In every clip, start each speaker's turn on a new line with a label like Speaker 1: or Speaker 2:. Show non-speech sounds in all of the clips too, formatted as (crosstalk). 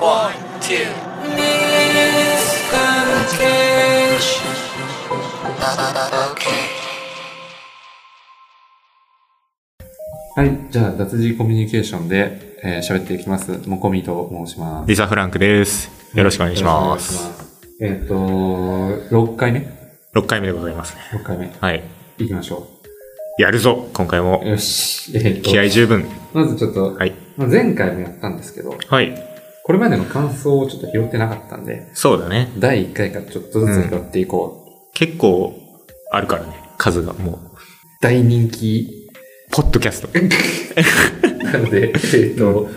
Speaker 1: One, two. Miscommunication. Okay.
Speaker 2: はい、じゃあ、脱字コミュニケーションで、えー喋っていきます。もこみと申します。
Speaker 3: リサ・フランクです。よろしくお願いしま
Speaker 2: よろ
Speaker 3: す。
Speaker 2: しくお願いします。えっ、と、6回目
Speaker 3: 6回目でございますね。
Speaker 2: ?6 回目。
Speaker 3: はい。
Speaker 2: いきましょ
Speaker 3: やるぞ今回
Speaker 2: う。
Speaker 3: も。
Speaker 2: よし。えっ、
Speaker 3: 気合
Speaker 2: と、
Speaker 3: 十分。
Speaker 2: まずちょっと、
Speaker 3: はい。
Speaker 2: まあ、前回もやったんですけど、
Speaker 3: はい。
Speaker 2: これまでの感想をちょっと拾ってなかったんで、
Speaker 3: そうだね。
Speaker 2: 第1回からちょっとずつ拾っていこう。
Speaker 3: 結構あるからね。数がもう。
Speaker 2: 大人気
Speaker 3: ポッドキャスト。
Speaker 2: なので、えっ、 (laughs) と、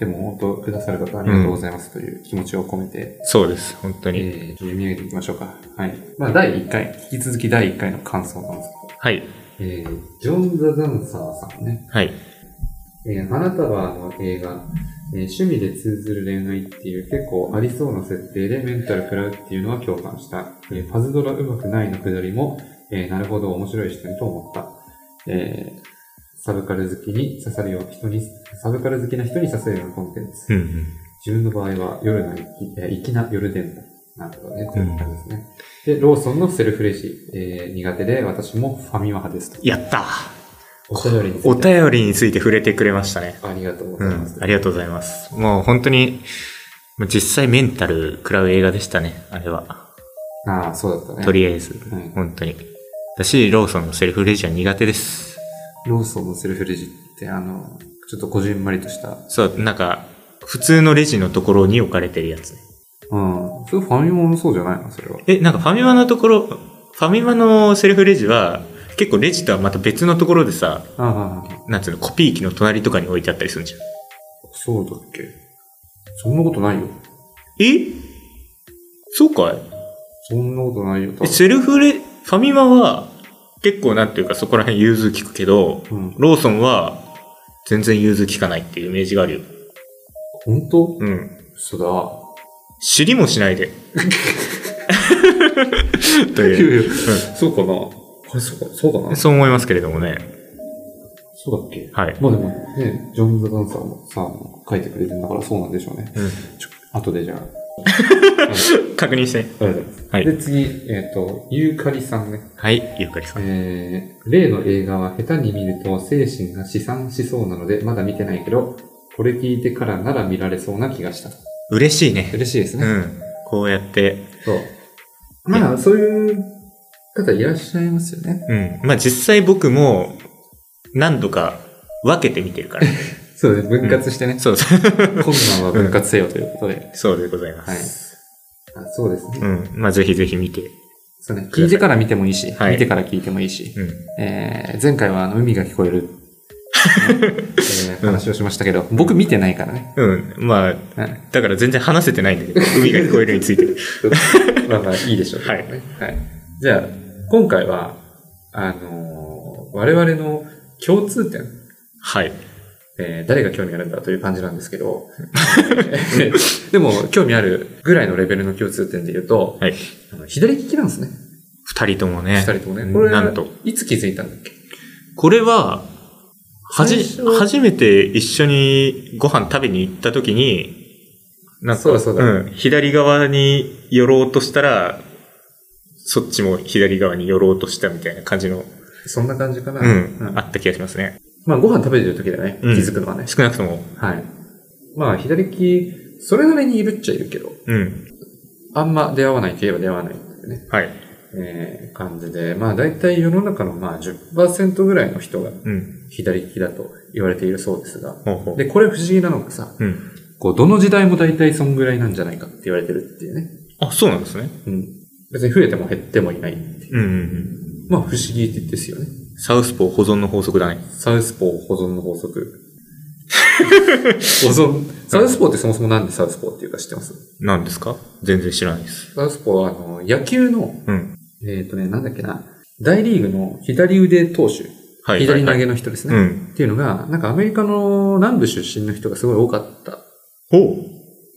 Speaker 2: でも本当、くださる方ありがとうございますという気持ちを込めて、
Speaker 3: そうです。本当に。
Speaker 2: えー、読み上げていきましょうか。はい。まあ、第1回、引き続き第1回の感想なんです
Speaker 3: はい。
Speaker 2: けど、えー、ジョン・ザ・ダンサーさんね、
Speaker 3: はい。
Speaker 2: えー、花束の映画、えー趣味で通ずる恋愛っていう結構ありそうな設定でメンタル食らうっていうのは共感した。えーパズドラうまくないのくだりも、えーなるほど面白い視点と思った。えーサブカル好きに刺さるような人に、サブカル好きな人に刺さるようなコンテンツ。
Speaker 3: うんうん。
Speaker 2: 自分の場合は夜の粋えー粋な夜伝だ。なるほどね。と
Speaker 3: う
Speaker 2: い
Speaker 3: ん
Speaker 2: う感じですね。で、ローソンのセルフレジ、えー苦手で私もファミマ派ですと。
Speaker 3: やった
Speaker 2: お便りについて
Speaker 3: お便りについて触れてくれましたね。
Speaker 2: ありがとうご
Speaker 3: う
Speaker 2: ざいま
Speaker 3: ん
Speaker 2: す。。
Speaker 3: ありがとうございます。もう本当に、もう実際メンタル食らう映画でしたね。あれは。
Speaker 2: ああ、そうだったね。
Speaker 3: とりあえず
Speaker 2: はい。
Speaker 3: 本当に。だし、ローソンのセルフレジは苦手です。
Speaker 2: ローソンのセルフレジって、あの、ちょっとこじんまりとした。
Speaker 3: そう、なんか、普通のレジのところに置かれてるやつね。
Speaker 2: うん。それファミマもそうじゃないのそれは。
Speaker 3: え、なんかファミマのところ、ファミマのセルフレジは、結構レジとはまた別のところでさ、
Speaker 2: ああああ、
Speaker 3: なんつうの、コピー機の隣とかに置いてあったりするじゃん。
Speaker 2: そうだっけ。そんなことないよ。
Speaker 3: えそうかい
Speaker 2: そんなことないよ、多
Speaker 3: え
Speaker 2: 分。
Speaker 3: セルフレ、ファミマは、結構なんていうかそこら辺融通聞くけど、
Speaker 2: うん
Speaker 3: ローソンは、全然融通聞かないっていうイメージがあるよ。
Speaker 2: 本当
Speaker 3: うん。
Speaker 2: 嘘だ。
Speaker 3: 知りもし (laughs) ないで。と
Speaker 2: いや
Speaker 3: (laughs) い
Speaker 2: (laughs)
Speaker 3: う。
Speaker 2: いや、そうかな。あれ、そうか、そうかな。
Speaker 3: そう思いますけれどもね。
Speaker 2: そうだっけ
Speaker 3: はい。
Speaker 2: まあでもね、ジョン・ザ・ダンサーもさ、書いてくれてんだからそうなんでしょうね。ちょ後でじゃあ。
Speaker 3: 確認して。
Speaker 2: ありがとうございます。
Speaker 3: はい
Speaker 2: で、次、えっ、と、ゆうかりさんね。
Speaker 3: はい、ゆうかりさん。
Speaker 2: えー、例の映画は下手に見ると精神が死散しそうなので、まだ見てないけど、これ聞いてからなら見られそうな気がした。
Speaker 3: 嬉しいね。
Speaker 2: 嬉しいです
Speaker 3: う
Speaker 2: ね。
Speaker 3: ん。こうやって、
Speaker 2: そう。まあ、そういう方いらっしゃいますよね。
Speaker 3: うん。まあ実際僕も何度か分けて見てるから。
Speaker 2: そうです。分割してね。
Speaker 3: (laughs) そうそう。
Speaker 2: 困難は分割せよということで。
Speaker 3: そうでございま
Speaker 2: はい
Speaker 3: す。。
Speaker 2: あそうですね。
Speaker 3: うん。まあぜひぜひ見て。
Speaker 2: そうね。聞いてから見てもいいし、
Speaker 3: はい
Speaker 2: 見てから聞いてもいいし。
Speaker 3: うん。
Speaker 2: えー前回はあの海が聞こえ
Speaker 3: (laughs)
Speaker 2: る、えー話をしましたけど、僕見てないからね。
Speaker 3: うん。まあ、
Speaker 2: はい
Speaker 3: だから全然話せてないんだけど、海が聞こえるにつ (laughs) いて。
Speaker 2: まあまあいいでしょう、
Speaker 3: はい
Speaker 2: はい。じゃあ、今回は、あのー我々の共通点、
Speaker 3: はい。
Speaker 2: えー誰が興味あるんだという感じなんですけ
Speaker 3: (laughs)
Speaker 2: ど、えーでも興味あるぐらいのレベルの共通点で言うと、
Speaker 3: はい。
Speaker 2: あの左利きなんですね。
Speaker 3: 二人とも
Speaker 2: 二
Speaker 3: ね。
Speaker 2: 人ともね。これ、
Speaker 3: なんと。
Speaker 2: いつ気づいたんだっけ
Speaker 3: これは、は
Speaker 2: 最
Speaker 3: じ、
Speaker 2: 初は
Speaker 3: 初めて一緒にご飯食べに行った時に、なんか、
Speaker 2: そうだそうだ
Speaker 3: ん、左側に寄ろうとしたら、そっちも左側に寄ろうとしたみたいな感じの、
Speaker 2: そんな感じかな。
Speaker 3: うん、
Speaker 2: うん
Speaker 3: あった気がしますね。
Speaker 2: まあご飯食べてる時だね、気
Speaker 3: うん
Speaker 2: づくのはね。
Speaker 3: 少なくとも、
Speaker 2: はい。まあ左利き、それなりにいるっちゃいるけど、
Speaker 3: うん、
Speaker 2: あんま出会わないといえば出会わないんだよね。
Speaker 3: はい、
Speaker 2: えー感じで、まあ大体世の中のまあ10%ぐらいの人が
Speaker 3: うん、
Speaker 2: 左利きだと言われているそうですが、
Speaker 3: ほうほう。
Speaker 2: で、これ不思議なのがさ、
Speaker 3: うん。
Speaker 2: こう、どの時代も大体そんぐらいなんじゃないかって言われてるっていうね。
Speaker 3: あ、そうなんですね。
Speaker 2: うん。別に増えても減ってもいないっていう
Speaker 3: うん、うん、
Speaker 2: まあ不思議ですよね。
Speaker 3: うん。サウスポー保存の法則だね。
Speaker 2: サウスポー保存の法則。保存。サウスポーってそもそもなんでサウスポーっていうか知ってます
Speaker 3: 何ですか全然知らないです。
Speaker 2: サウスポーはあの、野球の、
Speaker 3: うん。
Speaker 2: えっ、とね、なんだっけな、大リーグの左腕投手、
Speaker 3: はい。
Speaker 2: 左投
Speaker 3: はい
Speaker 2: げの人ですね。
Speaker 3: はいうん。
Speaker 2: っていうのが、なんかアメリカの南部出身の人がすごい多かった
Speaker 3: ほ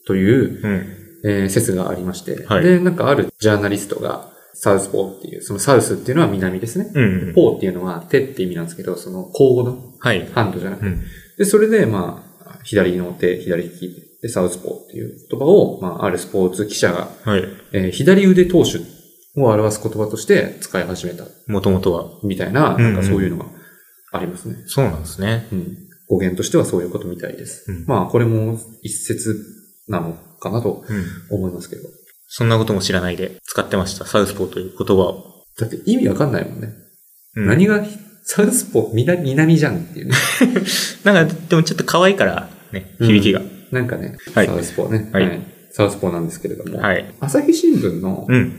Speaker 2: という、
Speaker 3: う。うん。
Speaker 2: えー説がありまして、
Speaker 3: はい
Speaker 2: で、なんかあるジャーナリストが、サウスポーっていう、そのサウスっていうのは南ですね。
Speaker 3: うん、うん。
Speaker 2: ポーっていうのは手って意味なんですけど、その交互の
Speaker 3: はい。
Speaker 2: ハンドじゃなくて。
Speaker 3: うん。
Speaker 2: で、それで、まあ、あ左の手、左利きでサウスポーっていう言葉を、まあ、あるスポーツ記者が、
Speaker 3: はい。
Speaker 2: えー左腕投手を表す言葉として使い始めた
Speaker 3: もともとは。
Speaker 2: みたいな、
Speaker 3: うんう
Speaker 2: なんんかそういうのがありますね。
Speaker 3: そうなんですね。
Speaker 2: うん。語源としてはそういうことみたいです。
Speaker 3: うん
Speaker 2: まあ、これも一説なのかなと
Speaker 3: うん。
Speaker 2: 思いますけど。
Speaker 3: そんなことも知らないで使ってました。サウスポーという言葉を。
Speaker 2: だって意味わかんないもんね。
Speaker 3: うん
Speaker 2: 何が、サウスポー、南南じゃんっていうね。
Speaker 3: なんか、でもちょっと可愛いから、ね、
Speaker 2: うん
Speaker 3: 響きが。
Speaker 2: なんかね、
Speaker 3: はい
Speaker 2: サウスポーね、
Speaker 3: はい
Speaker 2: サウスポーなんですけれども。
Speaker 3: はい。
Speaker 2: 朝日新聞の、
Speaker 3: うん。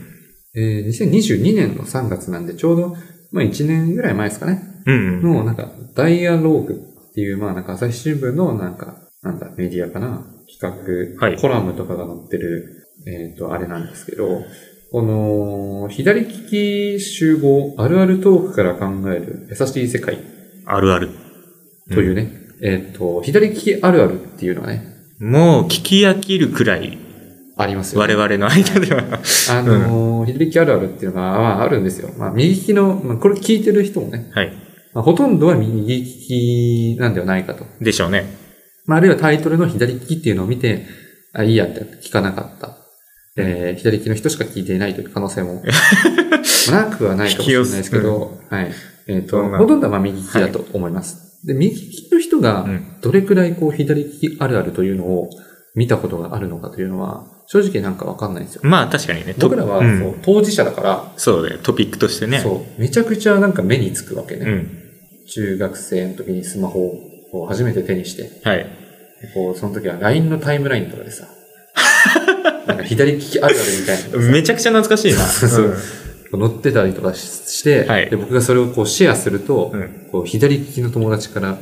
Speaker 2: えー2022年の3月なんで、ちょうど、まあ1年ぐらい前ですかね、
Speaker 3: うん、うん。
Speaker 2: の、なんか、ダイアローグっていう、まあなんか朝日新聞の、なんか、なんだ、メディアかな、企画、
Speaker 3: はい
Speaker 2: コラムとかが載ってる、えっ、と、あれなんですけど、この、左利き集合、あるあるトークから考える優しい世界
Speaker 3: あるある。
Speaker 2: というね、えっ、と、左利きあるあるっていうのがね、
Speaker 3: もう聞き飽きるくらい、
Speaker 2: ありますよね。
Speaker 3: 我々の間では。
Speaker 2: あのー左利きあるあるっていうのが、まあ、あるんですよ。まあ、右利きの、まあ、これ聞いてる人もね、
Speaker 3: (laughs) はい。
Speaker 2: まあ、ほとんどは右利きなんではないかと。
Speaker 3: でしょうね。
Speaker 2: まあ、あるいはタイトルの左利きっていうのを見て、あ、いいやって聞かなかった。えー左利きの人しか聞いていないという可能性
Speaker 3: (laughs)
Speaker 2: も、まあなくはないかもしれないですけど、はい。えっ、と、
Speaker 3: そんな
Speaker 2: ほとんどはまあ右利きだと思います。で、右利きの人が
Speaker 3: うん、
Speaker 2: どれくらいこう左利きあるあるというのを見たことがあるのかというのは、正直なんかわかんないんですよ。
Speaker 3: まあ確かにね。と
Speaker 2: 僕らは、
Speaker 3: うん
Speaker 2: そう当事者だから、
Speaker 3: そうだよ。トピックとしてね。
Speaker 2: そう、めちゃくちゃなんか目につくわけね。
Speaker 3: うん。
Speaker 2: 中学生の時にスマホを初めて手にして、
Speaker 3: はい。
Speaker 2: こう、その時は LINE のタイムラインとかで
Speaker 3: (laughs)
Speaker 2: さ、なんか左利きあるあるみたいなのが
Speaker 3: めちゃくちゃ懐かしいな。
Speaker 2: そう載ってたりとかしして、
Speaker 3: はい
Speaker 2: で、僕がそれをこうシェアすると、
Speaker 3: うん
Speaker 2: こう左利きの友達から、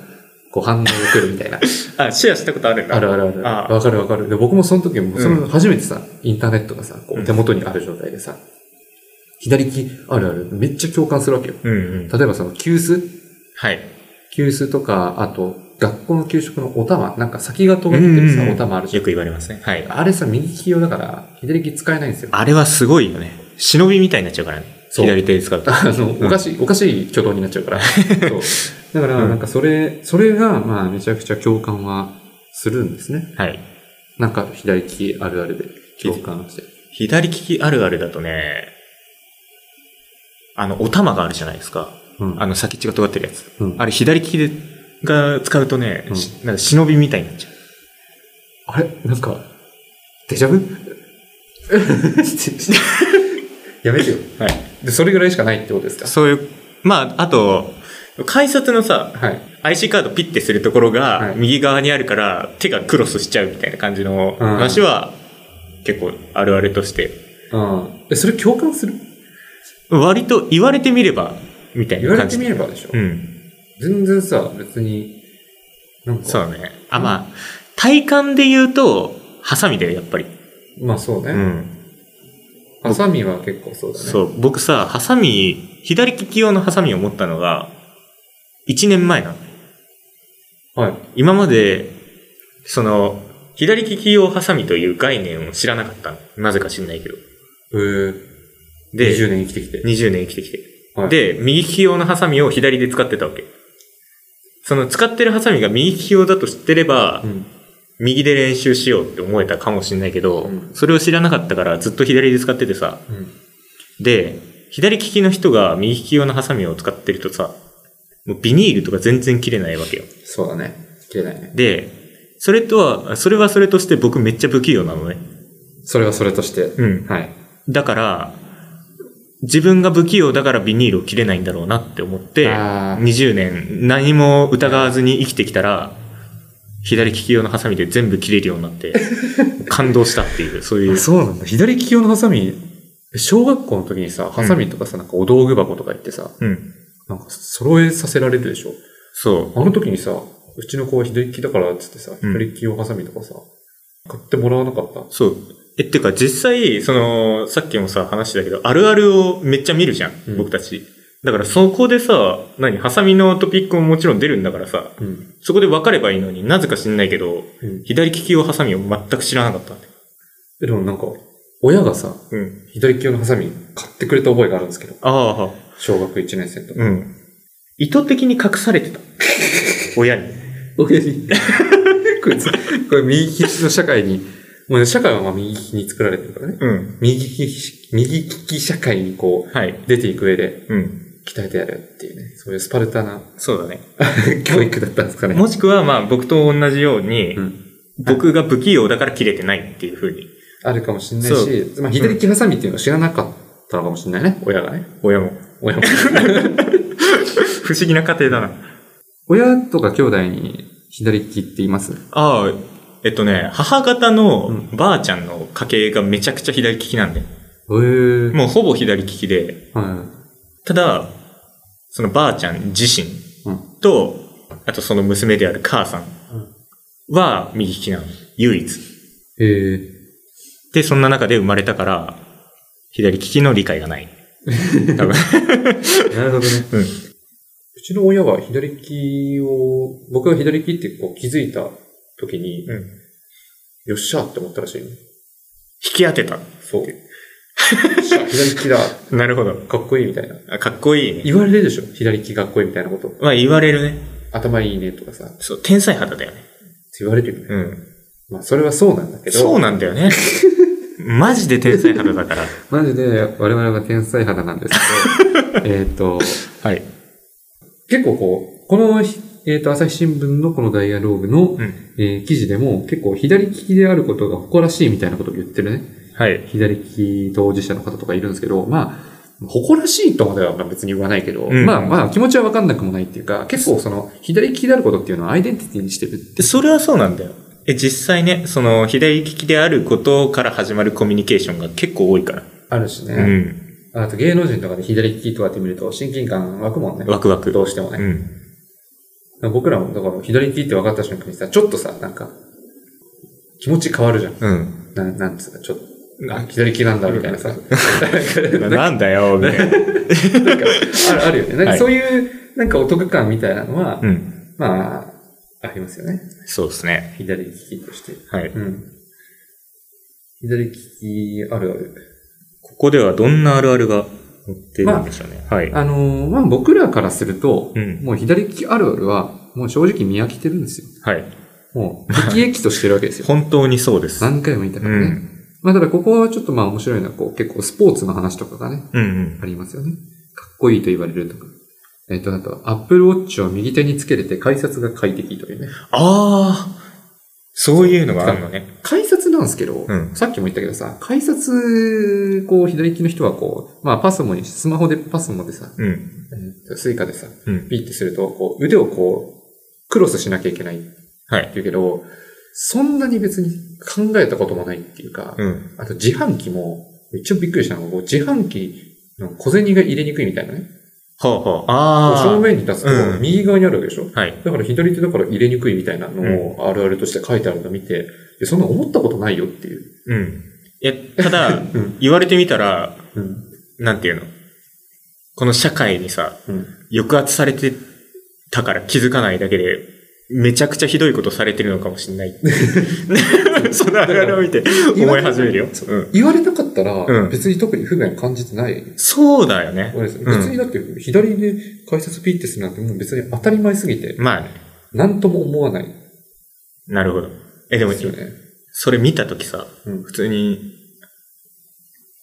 Speaker 2: こう反応が来るみたいな。
Speaker 3: あ、シェアしたことあるんだ。
Speaker 2: あるあるある。
Speaker 3: あ
Speaker 2: わかるわかる。で、僕もその時も、
Speaker 3: うん
Speaker 2: その初めてさ、インターネットがさ、こ
Speaker 3: う
Speaker 2: うん手元にある状態でさ、左利きあるある、めっちゃ共感するわけよ。
Speaker 3: うんうん。
Speaker 2: 例えばその、急須
Speaker 3: はい。
Speaker 2: 急須とか、あと、学校の給食のお玉、なんか先が尖ってるさ、
Speaker 3: うんうんうん
Speaker 2: お玉あるじゃ
Speaker 3: よ
Speaker 2: ん。
Speaker 3: く言われますね。はい。
Speaker 2: あれさ、右利き用だから、左利き使えないんですよ。
Speaker 3: あれはすごいよね。忍びみたいになっちゃうからね。
Speaker 2: そう
Speaker 3: 左手で使
Speaker 2: (laughs)
Speaker 3: うと。
Speaker 2: あの、おかしい、おかしい挙動になっちゃう
Speaker 3: (laughs)
Speaker 2: から。そう。だから、なんかそれ、それが、まあ、めちゃくちゃ共感はするんですね。
Speaker 3: はい。
Speaker 2: なんか、左利きあるあるで共感して。
Speaker 3: 左利きあるあるだとね、あの、お玉があるじゃないですか。
Speaker 2: うん
Speaker 3: あの、先っちが尖ってるやつ。
Speaker 2: うん
Speaker 3: あれ、左利きで、が使うとね、
Speaker 2: うん
Speaker 3: しなんか忍びみたいになっちゃう。
Speaker 2: あれなんか、デジャブ (laughs) やめてよ。
Speaker 3: はい。
Speaker 2: で、それぐらいしかないってことですか
Speaker 3: そういう、まあ、あと、改札のさ、
Speaker 2: はい。
Speaker 3: IC カードピッてするところ
Speaker 2: は
Speaker 3: が
Speaker 2: い
Speaker 3: 右側にあるから手がクロスしちゃうみたいな感じの
Speaker 2: うん
Speaker 3: 話は結構あるあるとして
Speaker 2: うん。え、それ共感する
Speaker 3: 割と言われてみればみたい
Speaker 2: 言
Speaker 3: な
Speaker 2: われ
Speaker 3: 感
Speaker 2: て
Speaker 3: じ
Speaker 2: みればでしょ、
Speaker 3: うん
Speaker 2: 全然さ、別に、なんか、
Speaker 3: そうねあまあ体感で言うとハサミだよやっぱり
Speaker 2: まあそうね。
Speaker 3: うん
Speaker 2: ハサミは結構そうだね。。
Speaker 3: そうう僕さハサミ左利き用のハサミを持ったのが1年前なの
Speaker 2: はい。
Speaker 3: 今までその左利き用ハサミという概念を知らなかったのなぜか知んないけど
Speaker 2: えー、
Speaker 3: で
Speaker 2: 20年生きてきて。
Speaker 3: 20年生きてきて。
Speaker 2: はい
Speaker 3: で、右利き用のハサミを左で使ってたわけ。その使ってるハサミが右利き用だと知ってれば、
Speaker 2: うん。
Speaker 3: 右で練習しようって思えたかもしれないけど、
Speaker 2: うん
Speaker 3: それを知らなかったからずっと左で使っててさ。
Speaker 2: うん。
Speaker 3: で、左利きの人が右利き用のハサミを使ってるとさ、もうビニールとか全然切れないわけよ。
Speaker 2: そうだね。切れないね。
Speaker 3: で、それとは、それはそれとして僕めっちゃ不器用なのね。
Speaker 2: それはそれとして。
Speaker 3: うん
Speaker 2: はい。
Speaker 3: だから、自分が不器用だからビニールを切れないんだろうなって思って、
Speaker 2: あー
Speaker 3: 20年何も疑わずに生きてきたら、左利き用のハサミで全部切れるように
Speaker 2: (laughs)
Speaker 3: なって、感動したっていう、そういう。
Speaker 2: そうなんだ。左利き用のハサミ、小学校の時にさ、ハサミとかさ、なんかお道具箱とか行ってさ、
Speaker 3: うん。
Speaker 2: なんか揃えさせられるでしょ。
Speaker 3: そ
Speaker 2: あの時にさ、うちの子は左利きだからっつってさ、
Speaker 3: うん
Speaker 2: 左利き用ハサミとかさ、買ってもらわなかった。
Speaker 3: う。そう。え、ってか実際、その、さっきもさ、話してたけど、あるあるをめっちゃ見るじゃん、
Speaker 2: うん
Speaker 3: 僕たち。だからそこでさ、何、ハサミのトピックももちろん出るんだからさ、
Speaker 2: うん。
Speaker 3: そこで分かればいいのになぜか知んないけど、
Speaker 2: うん
Speaker 3: 左利き用ハサミを全く知らなかったんだよ。
Speaker 2: でもなんか、親がさ、
Speaker 3: うん。
Speaker 2: 左利き用のハサミ買ってくれた覚えがあるんですけど、
Speaker 3: ああ、
Speaker 2: 小学1年生の時。
Speaker 3: うん。
Speaker 2: (laughs)
Speaker 3: 意図的に隠されてた。親に。
Speaker 2: 僕に、 (laughs) こいつ、これ右利きの社会に、もうね、社会はまあ右利きに作られてるからね。
Speaker 3: うん。
Speaker 2: 右利き、右利き社会にこ
Speaker 3: はい。
Speaker 2: う、出ていく上で
Speaker 3: うん。
Speaker 2: 鍛えてやるっていうね、そういうスパルタな (laughs)
Speaker 3: そうだね。
Speaker 2: 教育だったんですかね。
Speaker 3: もしくは、まあ、僕と同じように、
Speaker 2: うん
Speaker 3: 僕が不器用だから切れてないっていうふうに、
Speaker 2: あるかもしれないし、まあ、左利きハサミっていうのを知らなかったのかもしれないね、親がね。
Speaker 3: 親も。
Speaker 2: 親も。
Speaker 3: 不思議な家庭だな。
Speaker 2: (laughs) 親とか兄弟に左利きって言います
Speaker 3: ああ、えっとね、母方
Speaker 2: う
Speaker 3: の
Speaker 2: ん
Speaker 3: ばあちゃんの家系がめちゃくちゃ左利きなんで、
Speaker 2: へぇ
Speaker 3: もうほぼ左利きで、
Speaker 2: は
Speaker 3: ただ、そのばあちゃん自身
Speaker 2: い。うん。
Speaker 3: と、あとその娘である母さんは右利きなの。唯一。
Speaker 2: へぇ
Speaker 3: で、そんな中で生まれたから、左利きの理解がない。多 (laughs) 分。
Speaker 2: なるほどね。
Speaker 3: うん。
Speaker 2: うちの親は左利きを、僕が左利きってこう気づいた時に、
Speaker 3: うん。引
Speaker 2: よっしゃって思ったらしいね。
Speaker 3: き当てた。
Speaker 2: そう。よっしゃ (laughs) 左利きだ。
Speaker 3: なるほど。
Speaker 2: かっこいいみたいな。
Speaker 3: あかっこいいね。
Speaker 2: 言われるでしょ左利きかっこいいみたいなこと。
Speaker 3: まあ言われるね。
Speaker 2: 頭いいねとかさ、って
Speaker 3: そう、天才肌だよね。
Speaker 2: 言われるよね。
Speaker 3: うん。
Speaker 2: まあそれはそうなんだけど。
Speaker 3: そうなんだよ (laughs) ね。マジで天才肌だから。
Speaker 2: マジで我々は天才肌なんですけ
Speaker 3: (laughs)
Speaker 2: ど、えっと、
Speaker 3: はい。
Speaker 2: 結構こう、このひ、えっ、と、朝日新聞のこのダイアローグの、
Speaker 3: うん。
Speaker 2: えー記事でも結構左利きであることが誇らしいみたいなことを言ってるね。
Speaker 3: はい。
Speaker 2: 左利き当事者の方とかいるんですけど、まあ、誇らしいとまではまあ別に言わないけど、
Speaker 3: うん
Speaker 2: まあまあ気持ちはわかんなくもないっていうか、結構その左利きであることっていうのはアイデンティティにしてるって
Speaker 3: で、それはそうなんだよ。え、実際ね、その、左利きであることから始まるコミュニケーションが結構多いから。
Speaker 2: あるし
Speaker 3: う
Speaker 2: ね。
Speaker 3: ん。
Speaker 2: あと芸能人とかで左利きとかって見ると親近感湧くもんね。
Speaker 3: ワクワク。
Speaker 2: どうしてもね。
Speaker 3: うん。
Speaker 2: 僕らも、だから、左利きって分かった瞬間にさ、ちょっとさ、なんか、気持ち変わるじゃん。
Speaker 3: うん。
Speaker 2: ななんつうか、ちょっと、あ、左利きなんだ、みたいなさ。なんか、
Speaker 3: (laughs) なんだよ、みたいな。
Speaker 2: なんかあるあるよね。なん
Speaker 3: は
Speaker 2: か
Speaker 3: い
Speaker 2: そういう、なんかお得感みたいなのは、
Speaker 3: うん。
Speaker 2: まあ、ありますよね。
Speaker 3: そうですね。
Speaker 2: 左利きとして。
Speaker 3: はい。
Speaker 2: うん。左利きあるある。
Speaker 3: ここではどんなあるあるが載ってるんでしょうね。はい。
Speaker 2: あのーまあ僕らからすると、
Speaker 3: うん
Speaker 2: もう左利きあるあるは、もう正直見飽きてるんですよ。
Speaker 3: はい。
Speaker 2: もう、生き生きとしてるわけです (laughs) よ。
Speaker 3: 本当にそうです。
Speaker 2: 何回も言ったか
Speaker 3: う
Speaker 2: らね。
Speaker 3: ん。
Speaker 2: まあ、ただここはちょっとまあ面白いのは、こう、結構スポーツの話とかがね、
Speaker 3: うんうん。
Speaker 2: ありますよね。かっこいいと言われるとか。えっ、と、あと、アップルウォッチを右手につけれて改札が快適というね。
Speaker 3: ああ、そういうのがあるのね。
Speaker 2: 改札なんですけど、
Speaker 3: うん
Speaker 2: さっきも言ったけどさ、改札、こう、左利きの人はこう、まあ、パスモに、スマホでパスモでさ、
Speaker 3: うん。
Speaker 2: えーとスイカでさ、
Speaker 3: うん。
Speaker 2: ピッてすると、こう、腕をこう、クロスしなきゃいけないって
Speaker 3: はい。
Speaker 2: 言うけど、そんなに別に考えたこともないっていうか、
Speaker 3: うん。
Speaker 2: あと自販機も、一応びっくりしたのが、こう自販機の小銭が入れにくいみたいなね。
Speaker 3: ほうほう。
Speaker 2: こう
Speaker 3: ああ。
Speaker 2: 正面に立つ
Speaker 3: う
Speaker 2: と
Speaker 3: ん
Speaker 2: 右側にあるわけでしょ、
Speaker 3: はい。
Speaker 2: だから左手だから入れにくいみたいなのをあるあるとして書いてあるのを見て、でそんな思ったことないよっていう。
Speaker 3: うん。いや、ただ、
Speaker 2: うん。
Speaker 3: 言われてみたら、
Speaker 2: うん。
Speaker 3: なんていうのこの社会にさ、
Speaker 2: うん。
Speaker 3: 抑圧されてたから気づかないだけで、めちゃくちゃひどいことされてるのかもしれ
Speaker 2: (laughs)
Speaker 3: ない。そのあるあるを見て思い始めるよ。うん
Speaker 2: 言われなかった
Speaker 3: う
Speaker 2: ら
Speaker 3: ん
Speaker 2: 別に特に不便感じてない。
Speaker 3: そうだよね。
Speaker 2: 俺です
Speaker 3: うん
Speaker 2: 別にだって左で改札ピッてするなんてもう別に当たり前すぎて、
Speaker 3: まあね、
Speaker 2: なんとも思わないで
Speaker 3: なるほど。え、でも、
Speaker 2: すよね。
Speaker 3: それ見たときさ、
Speaker 2: うん
Speaker 3: 普通に、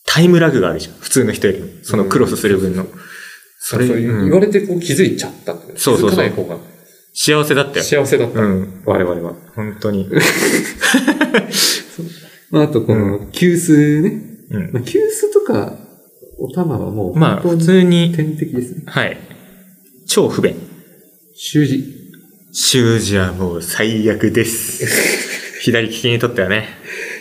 Speaker 3: タイムラグがあるじゃん。普通の人よりも。そのクロスする分の。そ
Speaker 2: そ
Speaker 3: れ、
Speaker 2: れ
Speaker 3: うん
Speaker 2: 言われてこう気づいちゃったって。
Speaker 3: そうそう
Speaker 2: 気づか
Speaker 3: そう
Speaker 2: ない方が
Speaker 3: 幸せだったよ。
Speaker 2: 幸せだった。
Speaker 3: うん。
Speaker 2: 我々は。
Speaker 3: 本当に。
Speaker 2: まあ、あとこの、急須ね。
Speaker 3: うん。
Speaker 2: (laughs) まあ、急須とか、お玉はもう、
Speaker 3: まあ、普
Speaker 2: 本当
Speaker 3: 通
Speaker 2: に
Speaker 3: に、
Speaker 2: 天敵ですね。
Speaker 3: はい。超不便。
Speaker 2: 習字。
Speaker 3: 習字はもう最悪です。 (laughs) 左利きにとってはね。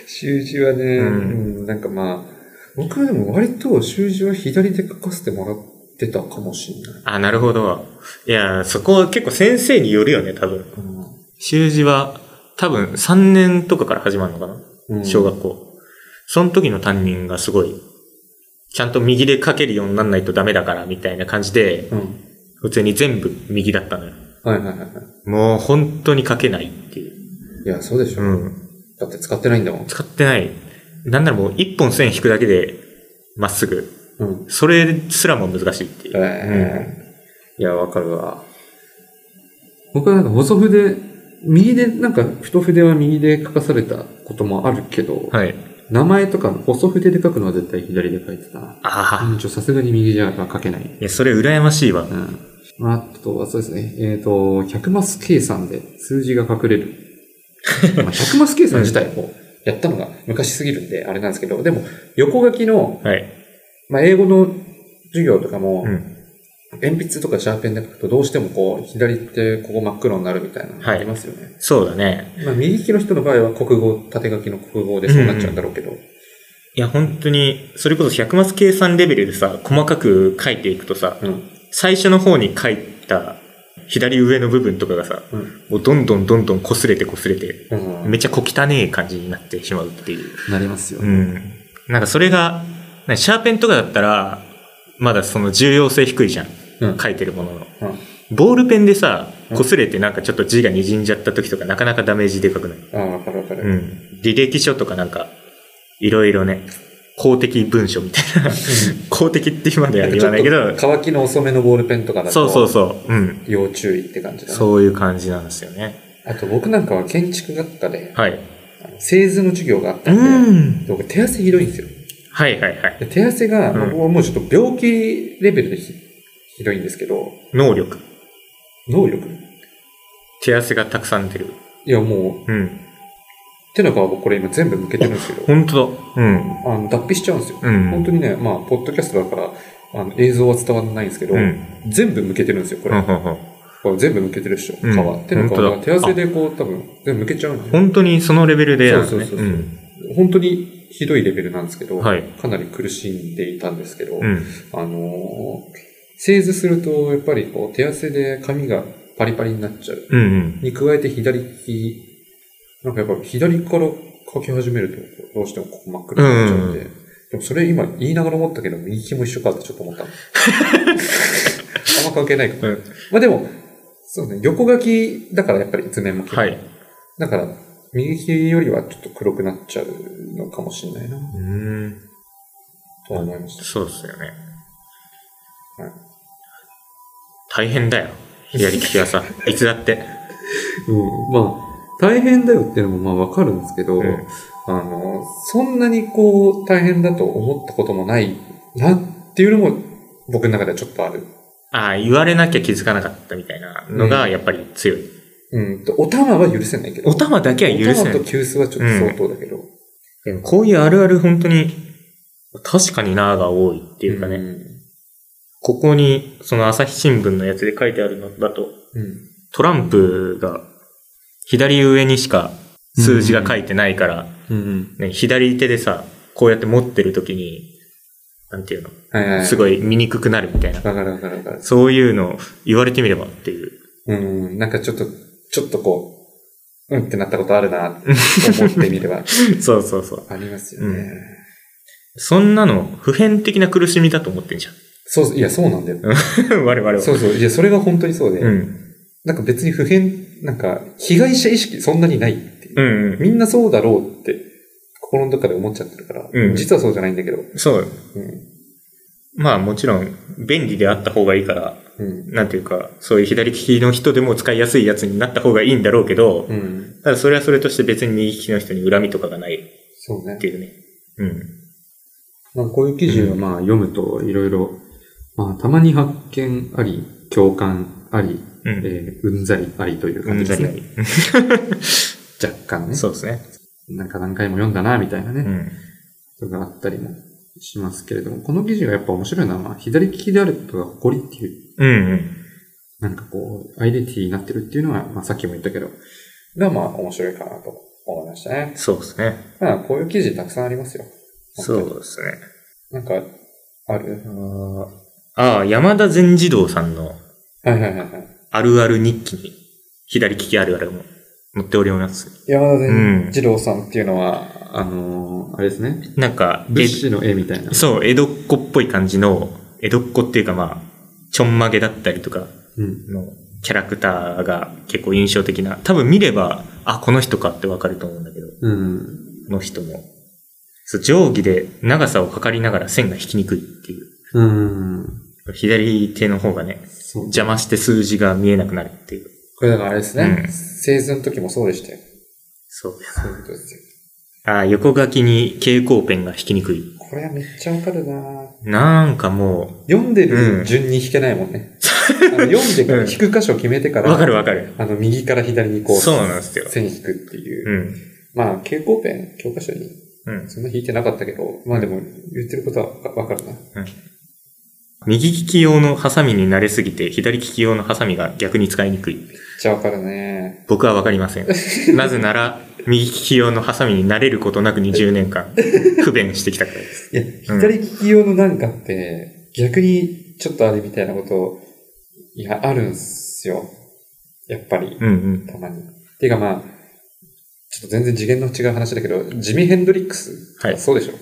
Speaker 2: 習字はね、
Speaker 3: う
Speaker 2: うんん、なんかまあ、僕はでも割と習字は左で書かせてもらってたかもしれない。
Speaker 3: あ、なるほど。いや、そこは結構先生によるよね、多分。習字は、多分3年とかから始まるのかな。
Speaker 2: うん
Speaker 3: 小学校。その時の担任がすごい、ちゃんと右で書けるようになんないとダメだから、みたいな感じで、
Speaker 2: うん。
Speaker 3: 普通に全部右だったのよ。
Speaker 2: はいはいはいはい。
Speaker 3: もう本当に書けないっていう。
Speaker 2: いや、そうでしょ。
Speaker 3: うん。
Speaker 2: だって使ってないんだもん。
Speaker 3: 使ってない。なんならもう一本線引くだけで、まっすぐ。
Speaker 2: うん。
Speaker 3: それすらも難しいっていう。
Speaker 2: えーいや、わかるわ。僕はなんか細筆右で、なんか、太筆は右で書かされたこともあるけど、
Speaker 3: はい。
Speaker 2: 名前とか細筆で書くのは絶対左で書いてたな。
Speaker 3: ああ。
Speaker 2: うん、ちょ、さすがに右じゃ書けない。
Speaker 3: いや、それ羨ましいわ。
Speaker 2: うん。あとはそうですね、えっ、と、100マス計算で数字が隠れる。まあ、100マス計算自体
Speaker 3: (laughs)
Speaker 2: もやったのが昔すぎるんで、あれなんですけど、でも、横書きの、
Speaker 3: はい。
Speaker 2: まあ、英語の授業とかも、
Speaker 3: うん。
Speaker 2: 鉛筆とかシャーペンで書くとどうしてもこう、左ってここ真っ黒になるみたいなの
Speaker 3: はい
Speaker 2: ありますよね。
Speaker 3: そうだね。
Speaker 2: まあ、右利きの人の場合は国語、縦書きの国語でそうなっちゃうんだろうけど。
Speaker 3: いや、本当に、それこそ100マス計算レベルでさ、細かく書いていくとさ、
Speaker 2: うん。
Speaker 3: 最初の方に書いた左上の部分とかがさ、
Speaker 2: うん。
Speaker 3: もうどんどんどんどん擦れて擦れて、
Speaker 2: うん
Speaker 3: めっちゃ小汚ねえ感じになってしまうっていう。
Speaker 2: なりますよ
Speaker 3: う。ん。なんかそれが、なんかシャーペンとかだったら、まだその重要性低いじゃん。
Speaker 2: うん
Speaker 3: 書いてるものの。
Speaker 2: うん
Speaker 3: ボールペンでさ、
Speaker 2: うん
Speaker 3: 擦れてなんかちょっと字が滲んじゃった時とかなかなかダメージでかくない。
Speaker 2: ああ、わかるわかる。
Speaker 3: うん。履歴書とかなんか、いろいろね、公的文書みたいな。公的って今では言わないけど、
Speaker 2: 乾きの遅めのボールペンとかだと、
Speaker 3: そうそうそう。うん。
Speaker 2: 要注意って感じだな
Speaker 3: そういう感じなんですよね。
Speaker 2: あと僕なんかは建築学科で、
Speaker 3: はい。
Speaker 2: あの製図の授業があった
Speaker 3: う
Speaker 2: で、
Speaker 3: んん。
Speaker 2: 僕手汗ひどいんですよ。
Speaker 3: はいはいはい。
Speaker 2: で手汗が、
Speaker 3: うん
Speaker 2: 僕はもうちょっと病気レベルでひひどいんですけど、
Speaker 3: 能力。
Speaker 2: 能力
Speaker 3: 手汗がたくさん出る。
Speaker 2: いやもう、
Speaker 3: うん。
Speaker 2: 手の皮がこれ今全部向けてるんですけど、
Speaker 3: 本当だ。うん。
Speaker 2: あの脱皮しちゃうんですよ。
Speaker 3: うん。
Speaker 2: 本当にね、まあ、ポッドキャストだから、あの映像は伝わらないんですけど、
Speaker 3: うん。
Speaker 2: 全部向けてるんですよ、こ
Speaker 3: うんう
Speaker 2: れ。
Speaker 3: んうん
Speaker 2: これ全部向けてるでしょ、皮。
Speaker 3: うん
Speaker 2: 手の皮が
Speaker 3: 本当
Speaker 2: 手
Speaker 3: だ
Speaker 2: 汗でこう、多分、全部向けちゃうんで、
Speaker 3: 本当にそのレベルでなんですね。
Speaker 2: そうそうそう本当にひどいレベルなんですけど、
Speaker 3: はい
Speaker 2: かなり苦しんでいたんですけど、
Speaker 3: うん。うん
Speaker 2: あのー製図すると、やっぱりこう、手汗で髪がパリパリになっちゃう。
Speaker 3: うんうん。
Speaker 2: に加えて左利き、なんかやっぱ左から書き始めると、こうどうしてもここ真っ黒になっちゃうんで、
Speaker 3: う
Speaker 2: でもそれ今言いながら思ったけど、右利きも一緒かってちょっと思 (laughs) ったの。あんま関係ないかも。
Speaker 3: うん
Speaker 2: まあでも、そうね、横書きだからやっぱり図面も。
Speaker 3: はいい。
Speaker 2: だから、右利きよりはちょっと黒くなっちゃうのかもしれないな、
Speaker 3: うん。
Speaker 2: とは思いました。
Speaker 3: そうですよね
Speaker 2: はい。
Speaker 3: 大変だよ。左利きはさ、 (laughs) いつだって。
Speaker 2: うん、まあ、大変だよっていうのもまあわかるんですけど、
Speaker 3: うん
Speaker 2: あの、そんなにこう、大変だと思ったこともないなっていうのも、僕の中ではちょっとある。
Speaker 3: ああ、言われなきゃ気づかなかったみたいなのが、やっぱり強い。
Speaker 2: うんと、お玉は許せないけど。
Speaker 3: お玉だけは許せな
Speaker 2: お玉と
Speaker 3: い。
Speaker 2: 急須はちょっと相当だけど。
Speaker 3: でもこういうあるある本当に、確かになーが多いっていうかね。
Speaker 2: ん
Speaker 3: ここに、その朝日新聞のやつで書いてあるのだと、
Speaker 2: うん。
Speaker 3: トランプが左上にしか数字が書いてないから、
Speaker 2: うん。
Speaker 3: ね、左手でさ、こうやって持ってる時に、なんていうの、
Speaker 2: はいはい。
Speaker 3: す
Speaker 2: い。
Speaker 3: ごい見にくくなるみたいな。
Speaker 2: わかるわかるわかる。
Speaker 3: そういうのを言われてみればっていう。
Speaker 2: うん。なんかちょっと、ちょっとこう、うんってなったことあるな、と思ってみれ
Speaker 3: (laughs)
Speaker 2: ば。
Speaker 3: そうそうそう。
Speaker 2: ありますよね。
Speaker 3: うんそんなの普遍的な苦しみだと思ってんじ
Speaker 2: そう、いや、そうなんだよ。
Speaker 3: ゃ (laughs) ん。我々は。
Speaker 2: そうそう。いや、それが本当にそうで。
Speaker 3: うん。
Speaker 2: なんか別に普遍、なんか、被害者意識そんなにないっていう。
Speaker 3: うんうん。
Speaker 2: みんなそうだろうって、心のどっかで思っちゃってるから、
Speaker 3: うん
Speaker 2: 実はそうじゃないんだけど、う
Speaker 3: そう。
Speaker 2: ん。
Speaker 3: まあもちろん、便利であった方がいいから、
Speaker 2: うん。
Speaker 3: なんていうか、そういう左利きの人でも使いやすいやつになった方がいいんだろうけど、
Speaker 2: うん。
Speaker 3: ただそれはそれとして別に右利きの人に恨みとかがないっ
Speaker 2: そうね
Speaker 3: て。いうね。うん。
Speaker 2: まあ、こういう記事はまあ読むといろいろ、まあ、たまに発見あり、共感あり、
Speaker 3: うん。
Speaker 2: えー、うんざりありという
Speaker 3: う
Speaker 2: 感じ
Speaker 3: んざ
Speaker 2: です
Speaker 3: りあ
Speaker 2: ね。
Speaker 3: り。
Speaker 2: 若干ね。
Speaker 3: そうですね。
Speaker 2: なんか何回も読んだな、みたいなね。
Speaker 3: うん。
Speaker 2: とかあったりもしますけれども、この記事がやっぱ面白いのは、まあ左利きであることが誇りっていう
Speaker 3: うんうん。
Speaker 2: なんかこう、アイデンティティになってるっていうのは、まあさっきも言ったけど、がまあ面白いかなと思いましたね。
Speaker 3: そうですね。
Speaker 2: まあこういう記事たくさんありますよ。
Speaker 3: そうですね。
Speaker 2: なんか、ある
Speaker 3: あーあー、山田善児童さんの
Speaker 2: はいはいはいはい。
Speaker 3: あるある日記に、左利きあるあるも載っております。
Speaker 2: 山田
Speaker 3: う
Speaker 2: 善
Speaker 3: ん
Speaker 2: 二郎さんっていうのは、あのーあれですね。
Speaker 3: なんか、
Speaker 2: 物資の絵みたいな
Speaker 3: え。そう、江戸っ子っぽい感じの、江戸っ子っていうかまあ、ちょんまげだったりとか
Speaker 2: うん。
Speaker 3: のキャラクターが結構印象的な、多分見れば、あ、この人かってわかると思うんだけど、
Speaker 2: うん。
Speaker 3: この人も。そう、定規で長さを測りながら線が引きにくいっていう。
Speaker 2: うん。
Speaker 3: 左手の方がね、
Speaker 2: そう。
Speaker 3: 邪魔して数字が見えなくなるっていう。
Speaker 2: これだからあれですね。
Speaker 3: うん
Speaker 2: 製図の時もそうでしたよ。
Speaker 3: そうだよ
Speaker 2: そういうことですよ。
Speaker 3: な。あー横書きに蛍光ペンが引きにくい。
Speaker 2: これはめっちゃわかるな
Speaker 3: なんかも
Speaker 2: 読んで
Speaker 3: うん
Speaker 2: る順に引けないもんね。あの読んでから引く箇所を決めてか
Speaker 3: う、
Speaker 2: ら、
Speaker 3: わかるわかる。
Speaker 2: あの、右から左にこう、
Speaker 3: そうなんですよ。
Speaker 2: 線引くっていう。
Speaker 3: うん。
Speaker 2: まあ、蛍光ペン、教科書に
Speaker 3: うん。
Speaker 2: そんな引いてなかったけど、まあでも言ってることはわかわかるな。
Speaker 3: 右利き用のハサミに慣れすぎて、左利き用のハサミが逆に使いにくい。
Speaker 2: じゃあわかるね。
Speaker 3: 僕はわかりません。
Speaker 2: (laughs)
Speaker 3: なぜなら、右利き用のハサミに慣れることなく20年間、不便してきたからです。
Speaker 2: いや、左利き用のなんかって、逆にちょっとあれみたいなこと、いや、あるんすよ。やっぱり、
Speaker 3: うんうん。
Speaker 2: たまに。ていうかまあ、ちょっと全然次元の違う話だけど、ジミヘンドリックス、
Speaker 3: はい
Speaker 2: そうで (laughs) しょ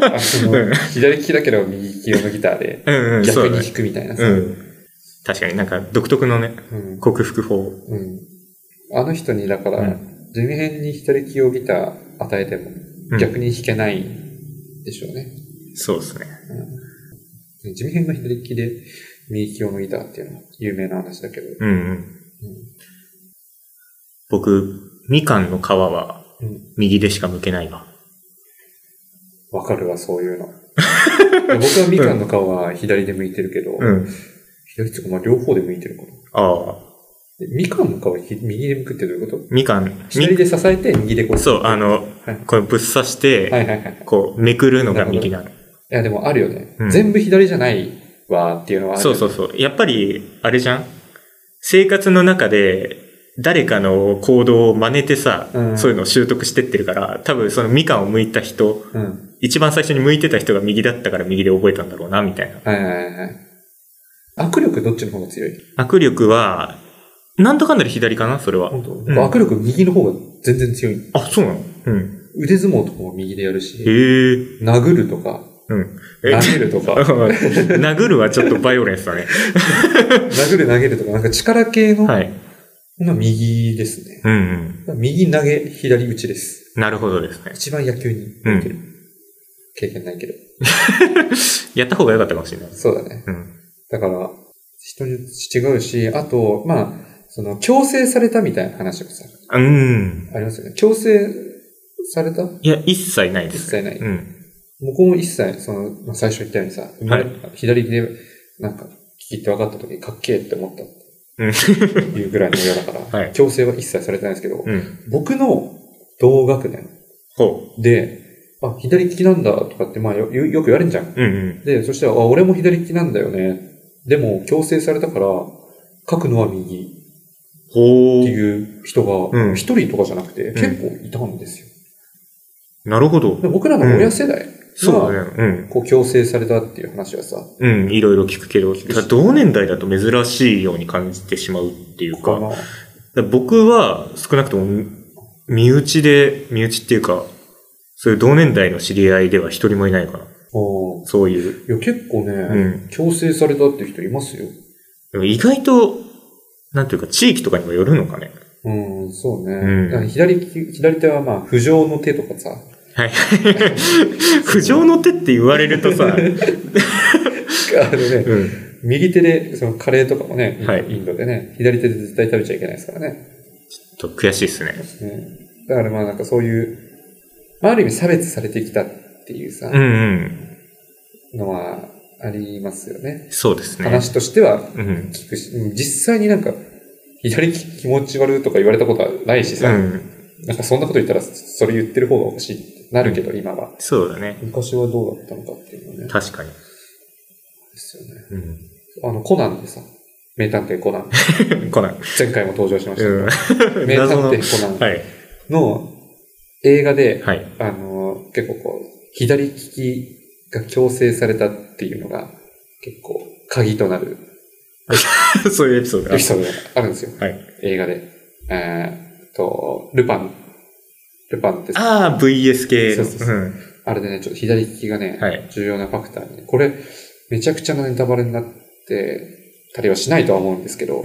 Speaker 2: あその左利きだけど右利き用のギターで
Speaker 3: うんうん、そ
Speaker 2: 逆
Speaker 3: うだ
Speaker 2: に
Speaker 3: ね
Speaker 2: 弾。くみたいなさ。
Speaker 3: うん。確かになんか独特のね、
Speaker 2: うん
Speaker 3: 克服法。
Speaker 2: うん。あの人に、だから、
Speaker 3: う
Speaker 2: 地味編に左利き用ギター与えて
Speaker 3: うん
Speaker 2: も、逆に弾けないでしょうね。
Speaker 3: そうですね。
Speaker 2: 地味編が左利きで、右利き用のギターっていうのは有名な話だけど。
Speaker 3: うんうん。僕、みかんの皮は
Speaker 2: うん。
Speaker 3: 右でしか剥けないわ。
Speaker 2: わかるわ、そういう
Speaker 3: (laughs)
Speaker 2: の。僕はみかんの皮は左で向いてるけど、
Speaker 3: うん。
Speaker 2: 左っていうか、まあ両方で向いてるから。
Speaker 3: ああ。
Speaker 2: でみかんの皮はひ右で向くってどういうこと
Speaker 3: みかん、み
Speaker 2: 左で支えて、右でこう。
Speaker 3: そう、あの、
Speaker 2: はい
Speaker 3: これぶっ刺し
Speaker 2: は
Speaker 3: て、
Speaker 2: いはいはい。
Speaker 3: こう、めくるのが右なの。
Speaker 2: いや、でもあるよね。
Speaker 3: うん
Speaker 2: 全部左じゃないわっていうのはある
Speaker 3: そうそうそう。やっぱり、あれじゃん生活の中で、誰かの行動を真似てさ、
Speaker 2: うん
Speaker 3: そういうのを習得してってるから、多分そのみかんを剥いた人、
Speaker 2: う。うん。
Speaker 3: 一番最初に剥いてた人が右だったから右で覚えたんだろうな、みたいな。
Speaker 2: はいはいはいはい。握力どっちの方が強い
Speaker 3: 握力は、なんとかんだで左かなそれは。
Speaker 2: 本当、
Speaker 3: ん
Speaker 2: 握力右の方が全然強い。
Speaker 3: あ、そうなのうん。
Speaker 2: 腕相撲とかも右でやる
Speaker 3: へ
Speaker 2: し、
Speaker 3: え。
Speaker 2: 殴るとか、
Speaker 3: うん。え
Speaker 2: 投げるとか、
Speaker 3: (laughs) 殴るはちょっとバイオレンスだね。
Speaker 2: 殴る投げるとか、なんか力系の、
Speaker 3: はい。
Speaker 2: の右ですね。
Speaker 3: うんうん。
Speaker 2: 右投げ、左打ちです。
Speaker 3: なるほどですね。
Speaker 2: 一番野球に向いてる。経験ないけど。
Speaker 3: やった方が良かったかもしれない。
Speaker 2: そうだね。
Speaker 3: うん。
Speaker 2: だから、人によって違うし、あと、まあ、その、強制されたみたいな話もさ、
Speaker 3: うん。
Speaker 2: ありますよね。強制された
Speaker 3: いや、一切ないで
Speaker 2: 一
Speaker 3: す。
Speaker 2: 切ない。
Speaker 3: うん。
Speaker 2: 僕も一切、その、まあ、最初言ったようにさ、生まれ左で、なんか、聞きって分かった時にかっけえって思ったって
Speaker 3: うん。
Speaker 2: いうぐらいの親だから、
Speaker 3: (laughs) はい
Speaker 2: 強制は一切されてないんですけど、
Speaker 3: うん。
Speaker 2: 僕の同学年
Speaker 3: ほ
Speaker 2: で、あ、左利きなんだとかって、まあよ、よよく言われるじゃん。
Speaker 3: う。うんうん。
Speaker 2: で、そしたら、あ、俺も左利きなんだよね。でも、強制されたから、書くのは右っ
Speaker 3: ほ
Speaker 2: て
Speaker 3: う。
Speaker 2: いう人
Speaker 3: うん
Speaker 2: が、一人とかじゃなくて、
Speaker 3: ん
Speaker 2: 結構いたんですよ。
Speaker 3: なるほど。
Speaker 2: で僕らの親世代
Speaker 3: そう
Speaker 2: が、
Speaker 3: だね。
Speaker 2: こう、強制されたっていう話はさ、
Speaker 3: うん。うん。いろいろ聞くけど、だから同年代だと珍しいように感じてしまうっていうか。
Speaker 2: まあ
Speaker 3: だから僕は少なくとも身内で、身内っていうか、そういう同年代の知り合いでは一人もいないかな。
Speaker 2: おー
Speaker 3: そういう。
Speaker 2: いや、結構ね、
Speaker 3: うん
Speaker 2: 強制されたっていう人いますよ。
Speaker 3: でも意外と、なんていうか、地域とかにもよる
Speaker 2: (laughs)
Speaker 3: のかね。
Speaker 2: うん、そうね。
Speaker 3: うん
Speaker 2: だから左利き、左手はまあ、不浄の手とかさ、 (laughs)
Speaker 3: はい。苦情の手って言われる
Speaker 2: (laughs)
Speaker 3: とさ、
Speaker 2: あのね、
Speaker 3: うん。
Speaker 2: 右手で、そのカレーとかもね、
Speaker 3: はい
Speaker 2: インドでね、左手で絶対食べちゃいけないですからね。
Speaker 3: ちょっと悔しいっすね。
Speaker 2: ねだからまあ、なんかそういう、まあ、ある意味差別されてきたっていうさ、
Speaker 3: うんうん。
Speaker 2: のはありますよね。
Speaker 3: そうですね。
Speaker 2: 話としては
Speaker 3: うん。
Speaker 2: 聞くし、うん実際になんか、左利き気持ち悪いとか言われたことはないし
Speaker 3: う
Speaker 2: さ、
Speaker 3: ん。
Speaker 2: なんかそんなこと言ったら、それ言ってる方がおかしいってなるけど、今は。
Speaker 3: そうだね。
Speaker 2: 昔はどうだったのかっていうのはね。
Speaker 3: 確かに。
Speaker 2: ですよね。
Speaker 3: う
Speaker 2: あの、コナンでさ、名探偵コナン。
Speaker 3: ん。コナン。
Speaker 2: 前回も登場しましたけど、
Speaker 3: (laughs) うん。
Speaker 2: 名探
Speaker 3: 謎の。
Speaker 2: 偵コナン
Speaker 3: はい。
Speaker 2: の映画で、
Speaker 3: はい。 (laughs)
Speaker 2: あの、結構こう、左利きが強制されたっていうのが、結構、鍵となる
Speaker 3: そういうエピソード
Speaker 2: エ
Speaker 3: が
Speaker 2: ピ。ソードがあるんですよ。
Speaker 3: はい。
Speaker 2: 映画で。えーっと、ルパン。ルパンってさ
Speaker 3: ああ、VS 系の。。
Speaker 2: そうそうそうんあれでね、ちょっと左利きがね、
Speaker 3: はい
Speaker 2: 重要なファクターに、これ、めちゃくちゃなネタバレになってたりはしないとは思うんですけど、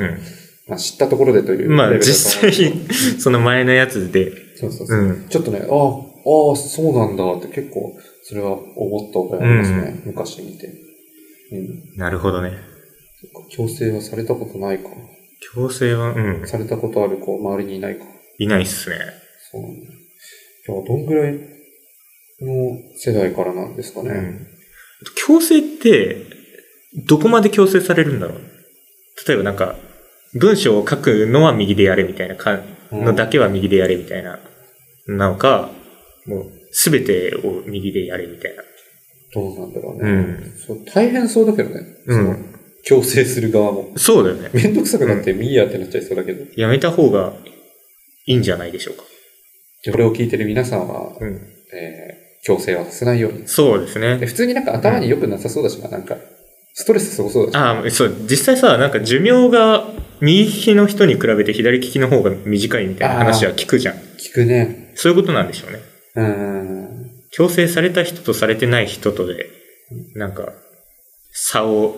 Speaker 2: まあ、知ったところでという
Speaker 3: まあ
Speaker 2: レベルだと思う
Speaker 3: 実際、その前のやつで、
Speaker 2: そうそうそうう、
Speaker 3: ん。
Speaker 2: ちょっとね、ああ、ああ、そうなんだって結構、それは思った覚えありますね、昔見て。うん。
Speaker 3: なるほどね。
Speaker 2: そっか強制はされたことないか。
Speaker 3: 強制は、うん、
Speaker 2: されたことある子、周りにいないか。
Speaker 3: いないっすね。
Speaker 2: そうなんだ。じゃあ、どんぐらいの世代からなんですかね。
Speaker 3: うん。強制って、どこまで強制されるんだろう例えばなんか、文章を書くのは右でやれみたいなか、
Speaker 2: うん
Speaker 3: のだけは右でやれみたいな、なのか、もう、すべてを右でやれみたいな。
Speaker 2: どうなんだろう
Speaker 3: う
Speaker 2: ね。
Speaker 3: ん。
Speaker 2: そう大変そうだけどね。
Speaker 3: う
Speaker 2: その
Speaker 3: ん。
Speaker 2: 強制する側も。
Speaker 3: そうだよね。
Speaker 2: めんどくさくなって、いいやってなっちゃいそうだけど。
Speaker 3: やめた方がいいんじゃないでしょうか。
Speaker 2: じゃあこれを聞いてる皆さんは、
Speaker 3: うん。
Speaker 2: えー強制はさせないように。
Speaker 3: そうです
Speaker 2: で
Speaker 3: ね。
Speaker 2: 普通になんか頭に良くなさそうだしな、なんか、ストレスすごそうだし。
Speaker 3: ああ、そう、実際さ、なんか寿命が右利きの人に比べて左利きの方が短いみたいな話は聞くじゃん。
Speaker 2: 聞くね。
Speaker 3: そういうことなんでしょうね。
Speaker 2: うーん。
Speaker 3: 強制された人とされてない人とで、なんか、差を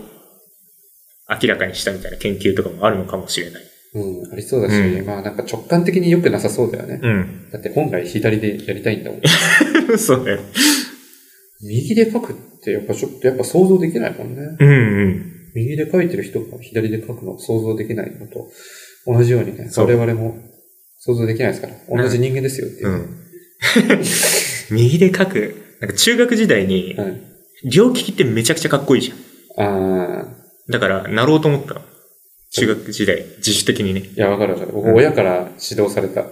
Speaker 3: 明らかにしたみたいな研究とかもあるのかもしれない。
Speaker 2: うん、ありそうだし、
Speaker 3: うん
Speaker 2: まあなんか直感的に良くなさそうだよね。
Speaker 3: うん。
Speaker 2: だって本来左でやりたいんだもん。
Speaker 3: (laughs) そうね。
Speaker 2: 右で書くってやっぱちょっとやっぱ想像できないもんね。
Speaker 3: うんうん。
Speaker 2: 右で書いてる人が左で書くの想像できないのと同じようにね、
Speaker 3: そう
Speaker 2: 我々も想像できないですから、同じ人間ですよっていうう。
Speaker 3: ん。 (laughs) 右で書く。なんか中学時代に、
Speaker 2: はい。
Speaker 3: 両利きってめちゃくちゃかっこいいじゃん。
Speaker 2: あ
Speaker 3: だから、なろうと思ったの。中学時代、自主的にね。 (laughs)
Speaker 2: ー、いや、わかるわかる。僕、
Speaker 3: うん
Speaker 2: 親から指導された。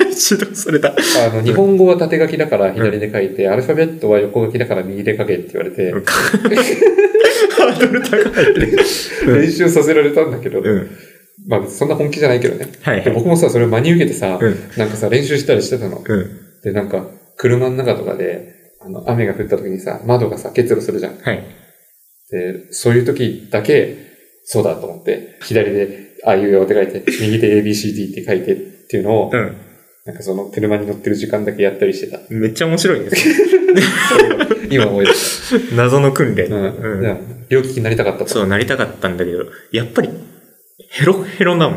Speaker 3: 指導された。
Speaker 2: あの、日本語は縦書きだから左で書いて、アルファベットは横書きだから右で書けって言われて、
Speaker 3: ハードル高いね。うん
Speaker 2: 練習させられたんだけど、
Speaker 3: うん。
Speaker 2: まあ、そんな本気じゃないけどね。
Speaker 3: はいは
Speaker 2: で
Speaker 3: い。
Speaker 2: 僕もさ、それを真に受けてさ、
Speaker 3: うん
Speaker 2: なんかさ、練習したりしてたの。
Speaker 3: うん。
Speaker 2: で、なんか、車の中とかで、あの、雨が降った時にさ、窓がさ、結露するじゃん。
Speaker 3: はい。
Speaker 2: で、そういう時だけ、そうだと思って、左で、あいうよって書いて、右で ABCD って書いてっていうのを、
Speaker 3: うん。
Speaker 2: なんかその車に乗ってる時間だけやったりしてた。
Speaker 3: めっちゃ面白いんですよ
Speaker 2: (laughs) 今思い出し
Speaker 3: (laughs) 謎の訓練。
Speaker 2: た。うん。
Speaker 3: うん
Speaker 2: だから両利きになりたかったと。
Speaker 3: そう、なりたかったんだけど、やっぱり、ヘロヘロだも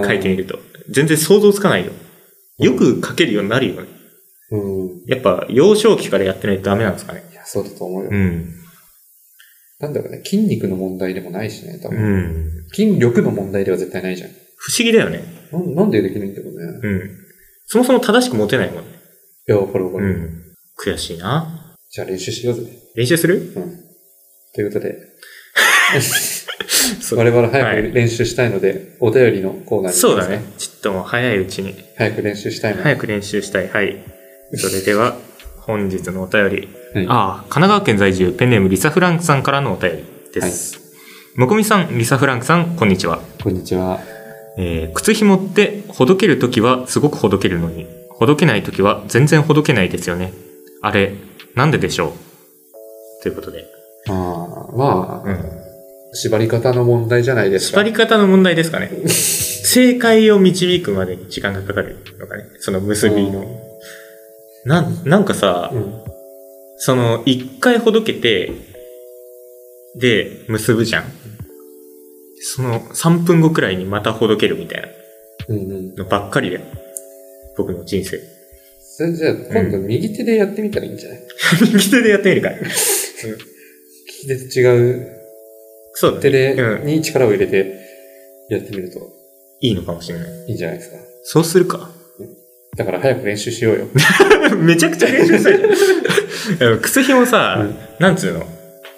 Speaker 2: うん。
Speaker 3: 書いてみると。全然想像つかないよ。よく書けるようになるよね。
Speaker 2: うん。
Speaker 3: やっぱ、幼少期からやってないとダメなんですかね。
Speaker 2: いや、そうだと思うよ。
Speaker 3: うん。
Speaker 2: なんだろうね、筋肉の問題でもないしね、多
Speaker 3: う
Speaker 2: 分。
Speaker 3: ん。
Speaker 2: 筋力の問題では絶対ないじゃん。
Speaker 3: 不思議だよね。
Speaker 2: なんなんでできないんだろうね。
Speaker 3: うん。そもそも正しく持てないもんね。
Speaker 2: いや、わかるわか
Speaker 3: う
Speaker 2: る。
Speaker 3: ん。悔しいな。
Speaker 2: じゃあ練習しようぜ。
Speaker 3: 練習する
Speaker 2: うん。ということ
Speaker 3: (laughs)
Speaker 2: で、 (laughs)
Speaker 3: そう
Speaker 2: 我々
Speaker 3: は
Speaker 2: 早く
Speaker 3: い
Speaker 2: 練習したいので、お便りのコーナーに行きます
Speaker 3: そうだね。。ちょっともう早いうちに。
Speaker 2: 早く練習したいので。
Speaker 3: 早く練習したい。はい。それでは、本日のお便り。
Speaker 2: はい
Speaker 3: ああ、神奈川県在住、ペンネームリサ・フランクさんからのお便りです。もこみさん、リサ・フランクさん、こんにちは。
Speaker 2: こんにちは。
Speaker 3: えー靴紐って、ほどけるときはすごくほどけるのに、ほどけないときは全然ほどけないですよね。あれ、なんででしょうということで。
Speaker 2: あーまあ、
Speaker 3: うん。
Speaker 2: 縛り方の問題じゃないですか。
Speaker 3: 縛り方の問題ですか (laughs) ね。正解を導くまでに時間がかかるのかね。その結びの。なん、なんかさ、
Speaker 2: うん。
Speaker 3: その、一回ほどけて、で、結ぶじゃん。その、3分後くらいにまたほどけるみたい
Speaker 2: うんうん。
Speaker 3: なのばっかりだよ。僕の人生。 (laughs)
Speaker 2: それじゃあ、今度右手でやってみたらいいんじゃない、
Speaker 3: 右手でやってみるか。
Speaker 2: 利き手と違う
Speaker 3: そうだね。
Speaker 2: 手で、
Speaker 3: うん。
Speaker 2: に力を入れてやってみると
Speaker 3: いいのかもしれない。
Speaker 2: いいんじゃないですか。
Speaker 3: そうするか。
Speaker 2: だから早く練習しようよ。
Speaker 3: (laughs) めちゃくちゃ練習したい (laughs) じゃん。靴ひもさ、
Speaker 2: うん
Speaker 3: なんつうの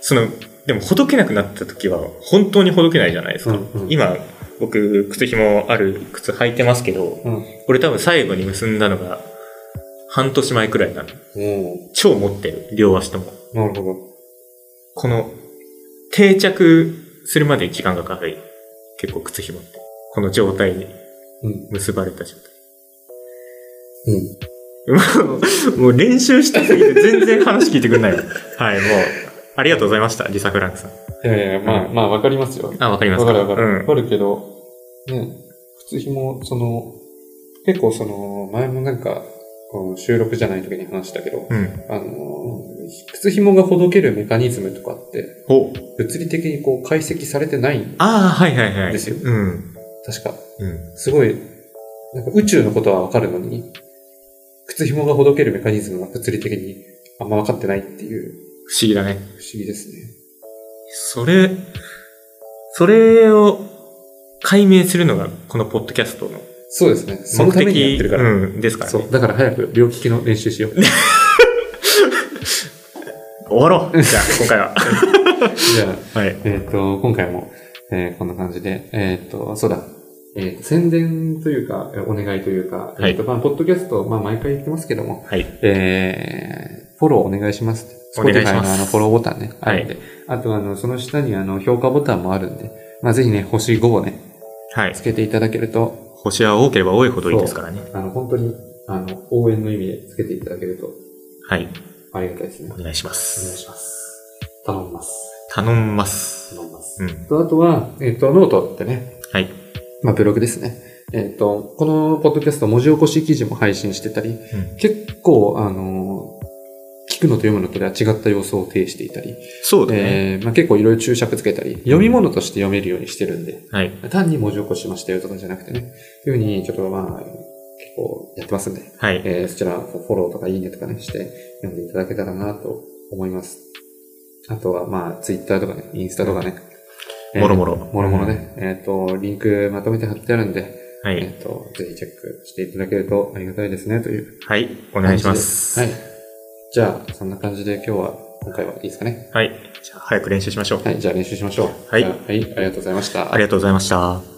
Speaker 3: その、でもほどけなくなった時は本当にほどけないじゃないですか。
Speaker 2: うんうん
Speaker 3: 今、僕、靴ひもある靴履いてますけど、
Speaker 2: うん。
Speaker 3: これ多分最後に結んだのが半年前くらいなの。
Speaker 2: も
Speaker 3: 超持ってる、両足とも。
Speaker 2: う、なるほど。
Speaker 3: この、定着するまで時間がかかる。結構靴紐って。この状態に
Speaker 2: うん。
Speaker 3: 結ばれた状態。
Speaker 2: うん。
Speaker 3: もう (laughs) もう練習したすぎて全然話聞いてくんないわ。 (laughs) はい、もう、ありがとうございました、リサ・フランクさん。
Speaker 2: いやいや、まあ、まあ、わかりますよ。
Speaker 3: あ、わかります
Speaker 2: わかるわかる。わ、
Speaker 3: うん。
Speaker 2: かるけど、ね、靴紐、その、結構その、前もなんか、この収録じゃない時に話したけど、
Speaker 3: うん。
Speaker 2: あの、靴紐がほどけるメカニズムとかって、
Speaker 3: ほう。
Speaker 2: 物理的にこう解析されてない、
Speaker 3: ああ、はいはいはい。
Speaker 2: ですよ
Speaker 3: うん。
Speaker 2: 確か。
Speaker 3: うん。
Speaker 2: すごい、なんか宇宙のことはわかるのに、靴紐がほどけるメカニズムは物理的にあんま分かってないっていう、
Speaker 3: 不思議だね。
Speaker 2: 不思議ですね。
Speaker 3: それ、それを解明するのが、このポッドキャストの
Speaker 4: そうですね。その
Speaker 3: 目
Speaker 4: ためにやっ
Speaker 3: 的
Speaker 4: てるから。
Speaker 3: うん、ですから、
Speaker 2: そ
Speaker 3: ね。
Speaker 2: う。だから早く両利きの練習
Speaker 3: (laughs)
Speaker 2: しよう。
Speaker 3: 終わろ (laughs) うじゃあ、今回は。
Speaker 2: じゃあ、
Speaker 3: はい。
Speaker 2: えっ、と、今回も、えーこんな感じで、えっ、と、そうだ、えー宣伝というか、えーお願いというか、
Speaker 3: はい
Speaker 2: えっ、と、まあ、ポッドキャスト、まあ、毎回言ってますけども、
Speaker 3: はい。
Speaker 2: えー、フォローお願いします。
Speaker 3: お願いし
Speaker 2: Spotify
Speaker 3: ます
Speaker 2: のあの、フォローボタンね、あ
Speaker 3: はい
Speaker 2: るんで。あと、あの、その下にあの、評価ボタンもあるんで、まあ、ぜひね、星5をね、
Speaker 3: はい
Speaker 2: つ。けていただけると、
Speaker 3: 星は多ければ多いほどいいですからね。
Speaker 2: あの、本当に、あの、応援の意味でつけていただけると、
Speaker 3: はい。
Speaker 2: ありがたいですね。
Speaker 3: お願いし
Speaker 2: お
Speaker 3: ま
Speaker 2: 願い
Speaker 3: す。
Speaker 2: します。頼みます。
Speaker 3: 頼みます。
Speaker 2: 頼みます
Speaker 3: う。ん。
Speaker 2: と、あとは、えっ、と、ノートってね、
Speaker 3: はい。
Speaker 2: まあ、ブログですね。えっ、と、このポッドキャスト文字起こし記事も配信してたり、
Speaker 3: ん
Speaker 2: 結構、あのー聞くのと読むのとでは違った様相を呈していたり、
Speaker 3: そうだね。
Speaker 2: えーまあ、結構いろいろ注釈つけたり、読み物として読めるようにしてるんで、
Speaker 3: はい。
Speaker 2: 単に文字起こしましたよとかじゃなくてね、というふうにちょっとまあ、結構やってますんで、
Speaker 3: はい。
Speaker 2: えーそちらフォローとかいいねとかねして読んでいただけたらなと思います。あとはまあ、ツイッターとかね、インスタとかね、えー
Speaker 3: もろもろ。
Speaker 2: もろもろね、えっ、と、リンクまとめて貼ってあるんで、
Speaker 3: うん。は
Speaker 2: え
Speaker 3: い。
Speaker 2: っ、と、ぜひチェックしていただけるとありがたいですね、という
Speaker 3: はい。お
Speaker 2: お
Speaker 3: 願いします。
Speaker 2: はい。じゃあ、そんな感じで今日は、今回はいいですかね。
Speaker 3: はい。じゃあ、早く練習しましょう。
Speaker 2: はい、じゃあ練習しましょう。
Speaker 3: はい
Speaker 2: じゃあはい、ありがとうございました。
Speaker 3: ありがとうございました。